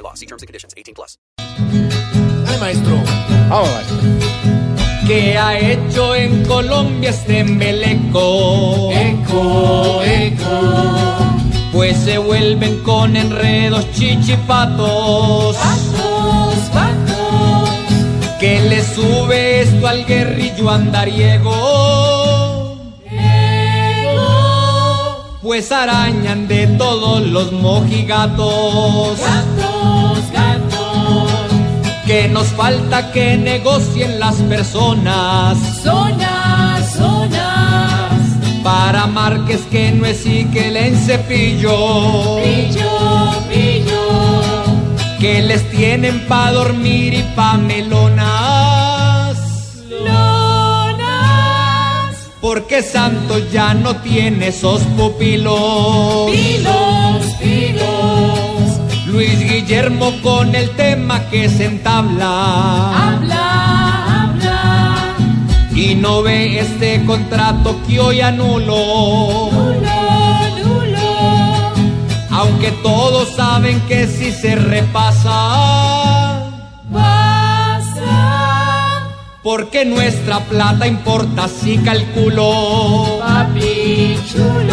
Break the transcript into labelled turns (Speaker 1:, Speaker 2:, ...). Speaker 1: law. See terms and conditions. 18 plus.
Speaker 2: Ay, maestro.
Speaker 3: Vamos, maestro.
Speaker 4: ¿Qué ha hecho en Colombia este embeleco?
Speaker 2: Eco, eco.
Speaker 4: Pues se vuelven con enredos chichipatos.
Speaker 5: Patos, patos,
Speaker 4: ¿Qué le sube esto al guerrillo andariego?
Speaker 5: ego,
Speaker 4: Pues arañan de todos los mojigatos.
Speaker 5: gatos, gatos,
Speaker 4: Que nos falta que negocien las personas.
Speaker 5: zonas, zonas,
Speaker 4: Para Márquez que no es y que le encepillo.
Speaker 5: pillo, pillo,
Speaker 4: que les tienen pa' dormir y pa' melonas.
Speaker 5: lonas,
Speaker 4: Porque Santos ya no tiene esos pupilos.
Speaker 5: pilos, pilos,
Speaker 4: Luis Guillermo con el tema que se entabla.
Speaker 5: habla, habla,
Speaker 4: Y no ve este contrato que hoy anulo.
Speaker 5: nulo, nulo,
Speaker 4: Aunque todos saben que si se repasa.
Speaker 5: pasa,
Speaker 4: Porque nuestra plata importa si calculo.
Speaker 5: papi chulo.